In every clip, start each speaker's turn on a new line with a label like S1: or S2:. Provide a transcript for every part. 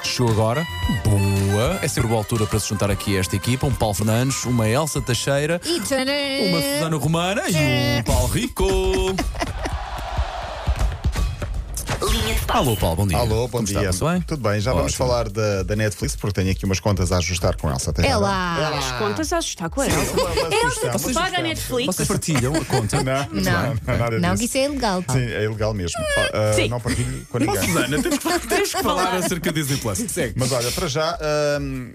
S1: nasceu agora. Boa! É sempre boa altura para se juntar aqui a esta equipa. Um Paulo Fernandes, uma Elsa Teixeira,
S2: E tcharam!
S1: uma Susana Romana e um Paulo Rico. Alô, Paulo, bom dia.
S3: Alô, bom
S1: Como Está?
S3: dia.
S1: Tudo bem?
S3: Tudo bem, já vamos
S1: Ótimo.
S3: falar da, da Netflix, porque tenho aqui umas contas a ajustar com Elsa.
S2: É lá!
S4: As contas a ajustar com a
S3: É Uma,
S4: Elsa.
S3: uma sugestão, uma sugestão.
S4: Paga a Netflix.
S1: Vocês partilham a conta?
S3: Não, não, não, é nada
S2: Não, que
S3: disso.
S2: isso é ilegal.
S3: Sim, é ilegal mesmo. Ah, ah,
S4: Sim.
S3: Não partilho com ninguém.
S1: Susana, temos que, temos que falar acerca de Disney Plus. Segue.
S3: Mas olha, para já. ahm,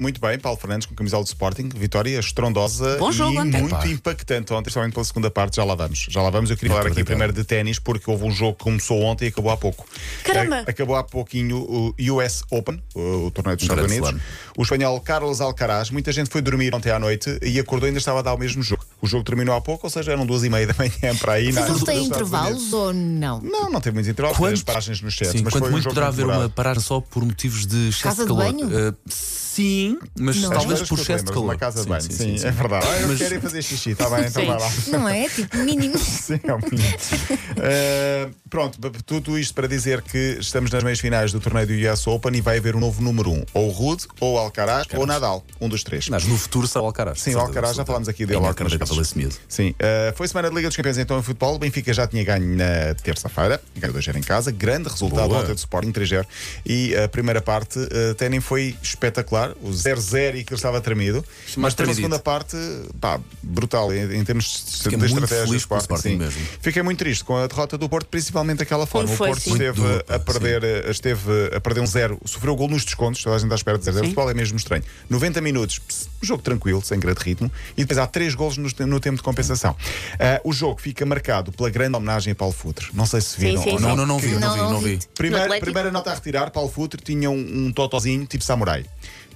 S3: muito bem, Paulo Fernandes com camisola do Sporting, vitória estrondosa
S4: Bom jogo
S3: e
S4: ontem.
S3: muito
S1: Epá.
S3: impactante ontem, principalmente pela segunda parte, já lá vamos. Já lá vamos, eu queria falar aqui
S1: acreditável.
S3: primeiro de ténis, porque houve um jogo que começou ontem e acabou há pouco.
S4: Caramba!
S3: A- Acabou há pouquinho o US Open, o, o torneio dos Estados
S1: Grande
S3: Unidos.
S1: slam.
S3: O espanhol Carlos Alcaraz, muita gente foi dormir ontem à noite e acordou e ainda estava a dar o mesmo jogo. O jogo terminou há pouco, ou seja, eram duas e meia da manhã para aí. na-
S2: Mas eles têm
S3: nos Estados Unidos.
S2: intervalos ou não?
S3: Não, não tem muitos intervalos, tem as paragens nos sets,
S1: sim,
S3: mas
S1: quanto
S3: foi um
S1: muito
S3: jogo
S1: poderá
S3: muito
S1: haver uma
S3: demorado.
S1: paragem só por motivos de excesso
S2: Casa
S1: de
S2: de
S1: calor.
S2: banho?
S1: Uh, sim, mas
S2: Não.
S1: talvez por
S3: As coisas que eu
S1: excesso de
S3: lembro,
S1: calor.
S3: Uma casa de banho, sim, é
S1: sim.
S3: verdade. Ah, eu
S1: Mas-
S3: quero ir fazer xixi, está bem, então
S4: Sim.
S3: vai lá.
S2: Não é? Tipo, mínimo.
S3: Sim, é o mínimo. Eh, pronto, b- tudo isto para dizer que estamos nas meias finais do torneio do US Open e vai haver um novo número 1. Um, ou Rude, ou Alcaraz, ou Nadal. Um dos três.
S1: Mas no futuro será o Alcaraz.
S3: Sim, o Alcaraz, já falámos aqui dele
S1: Ainda
S3: algumas
S1: acreditável
S3: vezes.
S1: esse miúdo.
S3: Sim, eh, foi semana de Liga dos Campeões então em futebol. O Benfica já tinha ganho na terça-feira, ganhou 2 0 em casa. Grande resultado
S1: Boa.
S3: ontem do Sporting 3-0. E a primeira parte, eh, até nem foi espetacular. O 0-0 e que estava tremido. Mas depois a
S1: tremidito.
S3: segunda parte, pá, brutal em, em termos de,
S1: Fiquei
S3: de
S1: muito
S3: estratégia.
S1: feliz
S3: do
S1: com o Sporting
S3: sim.
S1: mesmo.
S3: Fiquei muito triste com a derrota do Porto, principalmente daquela
S4: Como
S3: forma.
S4: foi,
S3: o Porto
S4: sim.
S3: esteve
S1: Muito duro,
S3: a perder, eh, esteve a perder um zero, sofreu o gol nos descontos, toda a gente à espera de 0
S4: Sim.
S3: O futebol é mesmo estranho. 90 minutos, pss, um jogo tranquilo, sem grande ritmo, e depois há três golos no, no tempo de compensação. Ah, o jogo fica marcado pela grande homenagem a Paulo Futre. Não sei se viram
S4: sim,
S3: ou
S4: sim.
S3: não.
S1: Não, não, não vi, não,
S2: Não,
S1: vi,
S2: não
S1: não vi.
S2: vi.
S4: No
S3: Primeira,
S4: Atlético.
S3: primeira nota a retirar, Paulo Futre tinha um, um totozinho tipo samurai.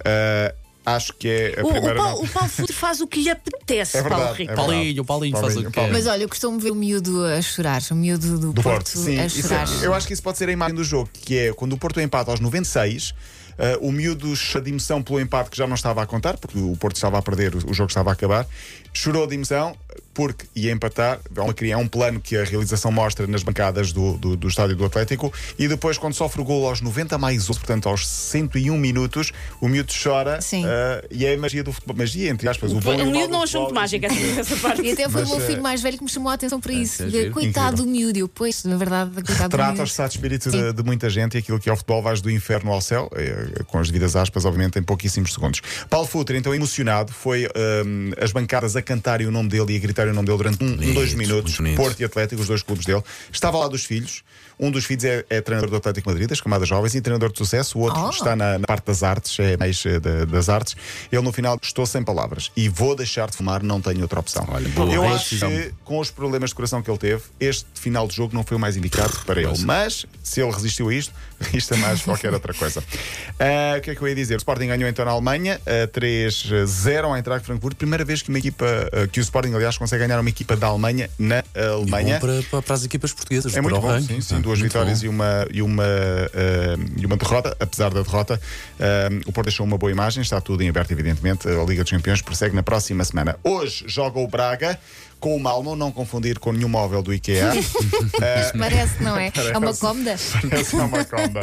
S3: Ah, acho que é a
S4: O, o,
S3: primeira
S4: Paulo,
S3: nota.
S4: o Paulo Futre faz o que lhe apetece,
S3: É
S4: Paulo
S3: verdade,
S4: Rico.
S3: é verdade.
S1: Paulinho, Paulinho, faz o que quer.
S2: Mas olha, eu costumo ver o miúdo a chorar. O miúdo do,
S3: do
S2: Porto,
S3: Porto. Sim,
S2: a
S3: isso
S2: chorar.
S3: é- eu acho que isso pode ser a imagem do jogo, que é quando o Porto empata aos 96. eh, o miúdo chorou de emoção pelo empate que já não estava a contar, porque o Porto estava a perder, o o jogo estava a acabar. Chorou de emoção porque ia empatar. Há uma criar um plano que a realização mostra nas bancadas do, do, do estádio do Atlético. E depois, quando sofre o gol aos 90 mais 11, portanto aos 101 minutos, o miúdo chora.
S2: Sim.
S3: eh, e é a magia do futebol. Magia, entre aspas. O, bom e
S4: O
S3: mau
S4: miúdo
S3: do
S4: não é achou muito
S3: futebol.
S4: mágica essa essa parte.
S2: E até foi
S3: Mas,
S2: o meu
S3: eh,
S2: filho mais velho que me chamou a atenção para isso.
S1: é
S2: De,
S1: giro.
S2: coitado do miúdo. Eu, pois, na verdade, coitado do
S3: Trata
S2: miúdo.
S3: os estados de espírito de, de muita gente e aquilo que é o futebol vais do inferno ao céu, eh, com as devidas aspas, obviamente, em pouquíssimos segundos. Paulo Futre, então emocionado, foi hum, as bancadas a cantarem o nome dele e a gritarem o nome dele durante um, um, dois
S1: Bonito,
S3: minutos.
S1: muito bonito.
S3: Porto e Atlético, os dois clubes dele. Estava lá dos filhos. Um dos filhos é, é treinador do Atlético de Madrid, das camadas jovens, e treinador de sucesso. O outro
S2: Oh.
S3: está na, na parte das artes, é mais eh, da- das artes. Ele, no final, estou sem palavras e vou deixar de fumar, não tenho outra opção.
S1: Olha, boa
S3: Eu acho
S1: decisão.
S3: que com os problemas de coração que ele teve, este final de jogo não foi o mais indicado para ele. Mas, se ele resistiu a isto, resista mais qualquer outra coisa. Ah, o que é que eu ia dizer? O Sporting ganhou então na Alemanha ah, 3-0 ao entrar Frankfurt. Primeira vez que uma equipa, ah, que o Sporting, aliás, consegue ganhar uma equipa da Alemanha na
S1: E um bom
S3: Alemanha.
S1: para, para, para as equipas portuguesas.
S3: É muito
S1: para o
S3: bom,
S1: ranking.
S3: sim, sim.
S1: Ah,
S3: Duas
S1: muito
S3: vitórias
S1: bom.
S3: e uma, e, uma, ah, e uma derrota. Apesar da derrota, ah, o Porto deixou uma boa imagem. Está tudo em aberto, evidentemente. A Liga dos Campeões prossegue na próxima semana. Hoje joga o Braga com o Malmo, não confundir com nenhum móvel do IKEA.
S2: Isto parece, não é? É uma cómoda.
S3: Parece uma comba.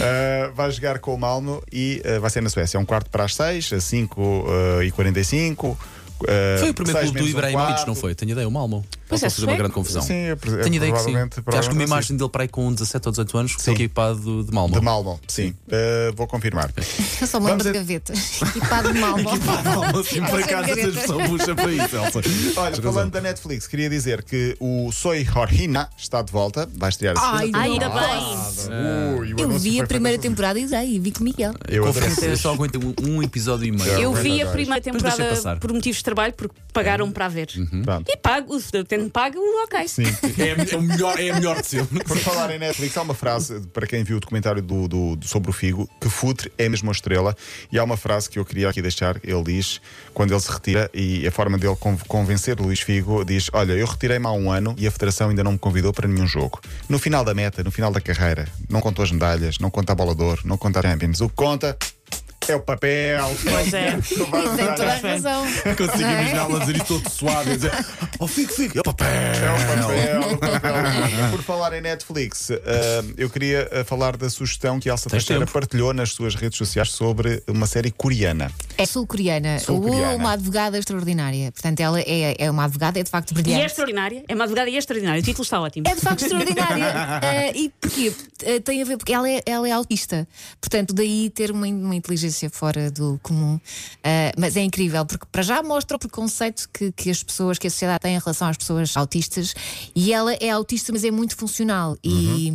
S3: Ah, vai jogar com o Malmo e ah, vai ser na Suécia. É um quarto para as seis, às 5 e eh, 45
S1: Foi o primeiro clube do
S3: um
S1: Ibrahimovic, não foi? Tenho ideia, o Malmo.
S4: Pois
S1: Posso
S4: é,
S1: fazer uma
S4: foi.
S1: grande confusão.
S3: Sim, é, pre- é,
S1: Tenho ideia que sim.
S3: provavelmente-
S1: Que Acho que uma
S3: provavelmente
S1: imagem dele para aí com 17 ou 18 anos que foi equipado de Malmo.
S3: De Malmo, sim. Ah, vou confirmar.
S2: Eu só me lembro
S3: Vamos a-
S2: de gavetas. Equipado de mal.
S1: Malmo, assim, por
S2: Essa
S1: acaso, essa
S2: careta.
S1: expressão puxa para isso, Elsa.
S3: Olha,
S1: Tens razão.
S3: falando da Netflix, queria dizer que o Soy Horhina está de volta, vai estrear a
S2: Ai,
S3: segunda
S2: não.
S4: Ainda bem.
S3: temporada. Ui, o
S2: Eu
S3: anúncio
S2: vi
S3: foi
S2: a primeira
S3: fantástico. tá.
S2: temporada e já, e vi com o Miguel.
S3: Eu adorei.
S1: Confesso, eu só aguento um- um episódio e meio.
S4: Eu vi a
S3: Mas
S4: primeira
S1: deixa passar.
S4: temporada por motivos de trabalho, porque pagaram para a ver.
S3: Pronto.
S4: E pago, se eu tenho pago, ok.
S3: Uhum. Sim.
S1: É, é o melhor, é a melhor de sempre.
S3: Por falar em Netflix, há uma frase para quem viu o documentário do, do- do- sobre o Figo, que Futre é mesmo a estrela, e há uma frase que eu queria aqui deixar. Ele diz, quando ele se retira, e a forma dele con- convencer Luís Figo, diz: Olha, eu retirei-me há um ano e a Federação ainda não me convidou para nenhum jogo. No final da meta, no final da carreira, não conto as medalhas, não conta a bola de ouro, não conta a Champions. O que conta É o papel.
S4: Pois é.
S3: Não vai
S2: Tem toda
S3: usar.
S2: a
S4: Pois bem.
S2: razão.
S1: Consigo
S2: Não é?
S1: imaginá-la a dizer isto todo suado e a dizer: Oh, fico, fico, é o papel.
S3: É
S2: um
S3: o papel, papel. Por falar em Netflix, ah, eu queria ah, falar da sugestão que a Elsa
S1: Tens
S3: Teixeira
S1: tempo.
S3: partilhou nas suas redes sociais sobre uma série coreana.
S2: É sul-coreana.
S3: Sul-coreana.
S2: Ou Uma advogada extraordinária. Portanto, ela é, é uma advogada, é de facto
S4: E é
S2: brilhante.
S4: extraordinária. É madrugada e é extraordinária. O título está ótimo.
S2: É de facto extraordinária. Eh, e porquê? Eh, tem a ver porque ela é, ela é autista. Portanto, daí ter uma, uma inteligência fora do comum. Eh, mas é incrível, porque para já mostra o preconceito que, que as pessoas, que a sociedade tem em relação às pessoas autistas. E ela é autista, mas é muito funcional. E.
S3: Uhum.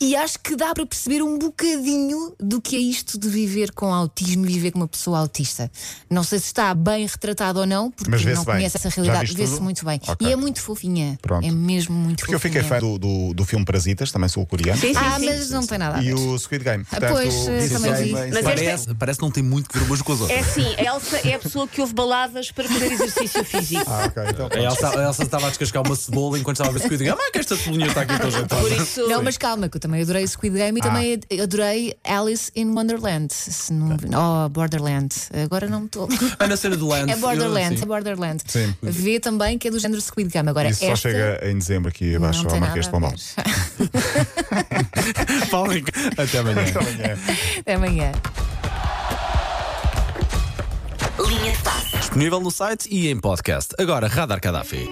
S2: E acho que dá para perceber um bocadinho do que é isto de viver com autismo e viver com uma pessoa autista. Não sei se está bem retratado ou não, porque
S3: Mas vê-se
S2: não
S3: bem.
S2: conhece essa
S3: Já
S2: realidade.
S3: viste
S2: Vê-se
S3: tudo?
S2: muito bem.
S3: Ok.
S2: E é muito fofinha.
S3: Pronto.
S2: É mesmo muito
S3: Porque eu
S2: fofinha.
S3: fiquei fã do, do, do filme Parasitas, também sou coreano.
S4: Sim, sim,
S2: Ah,
S4: sim.
S2: mas não tem nada a
S3: E
S2: ver.
S3: o Squid Game.
S2: pois, eh, também vi.
S4: Mas este é-
S1: Parece, parece que não tem muito vergonha com as
S4: É
S1: outras.
S4: assim, a Elsa é a pessoa que ouve baladas para fazer exercício físico.
S3: Ah, ok. Então,
S1: A Elsa, a Elsa estava a descascar uma cebola enquanto estava a ver Squid Game. Ah, mas que esta cebolinha está aqui tão
S4: Por
S1: jeitosa.
S4: isso.
S2: Não, mas calma, que eu também adorei Squid
S3: Ah.
S2: Game e também ad- adorei Alice in Wonderland. Se
S3: Tá.
S2: não... Oh, Borderland. Agora não me estou.
S1: É na cena do Land.
S2: É Borderland,
S1: Eu-
S2: é Borderland.
S3: Sim.
S2: Vê também que é do género Squid Game. Agora,
S3: Isso só
S2: esta
S3: chega em dezembro aqui
S2: não
S3: abaixo ao
S2: tem nada
S3: Marquês de
S2: a
S3: Pombal.
S2: ver.
S1: sim. Falem. Até amanhã.
S3: Amanhã.
S2: Até amanhã.
S5: Linha de passe.
S1: Disponível no site e em podcast. Agora, Radar Gaddafi.